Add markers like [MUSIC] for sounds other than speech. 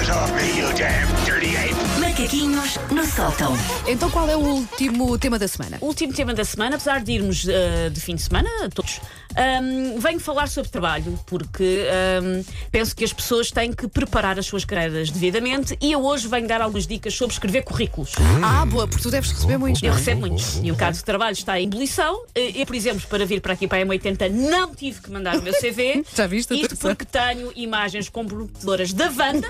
You damn dirty ape! Macaquinhos no sótão. Então qual é o último tema da semana? Último tema da semana, apesar de irmos eh, de fim de semana, todos, ahm, venho falar sobre trabalho, porque ahm, penso que as pessoas têm que preparar as suas carreiras devidamente e eu hoje venho dar algumas dicas sobre escrever currículos. Hum. Ah, boa, porque tu deves receber muitos. Eu não é? recebo muitos. E o caso de trabalho está em ebulição. Eh, Eu, por exemplo, para vir para aqui para a M80, não tive que mandar o meu CV. [LAUGHS] Já viste a Isto terceira? porque tenho imagens comprometedoras da Wanda,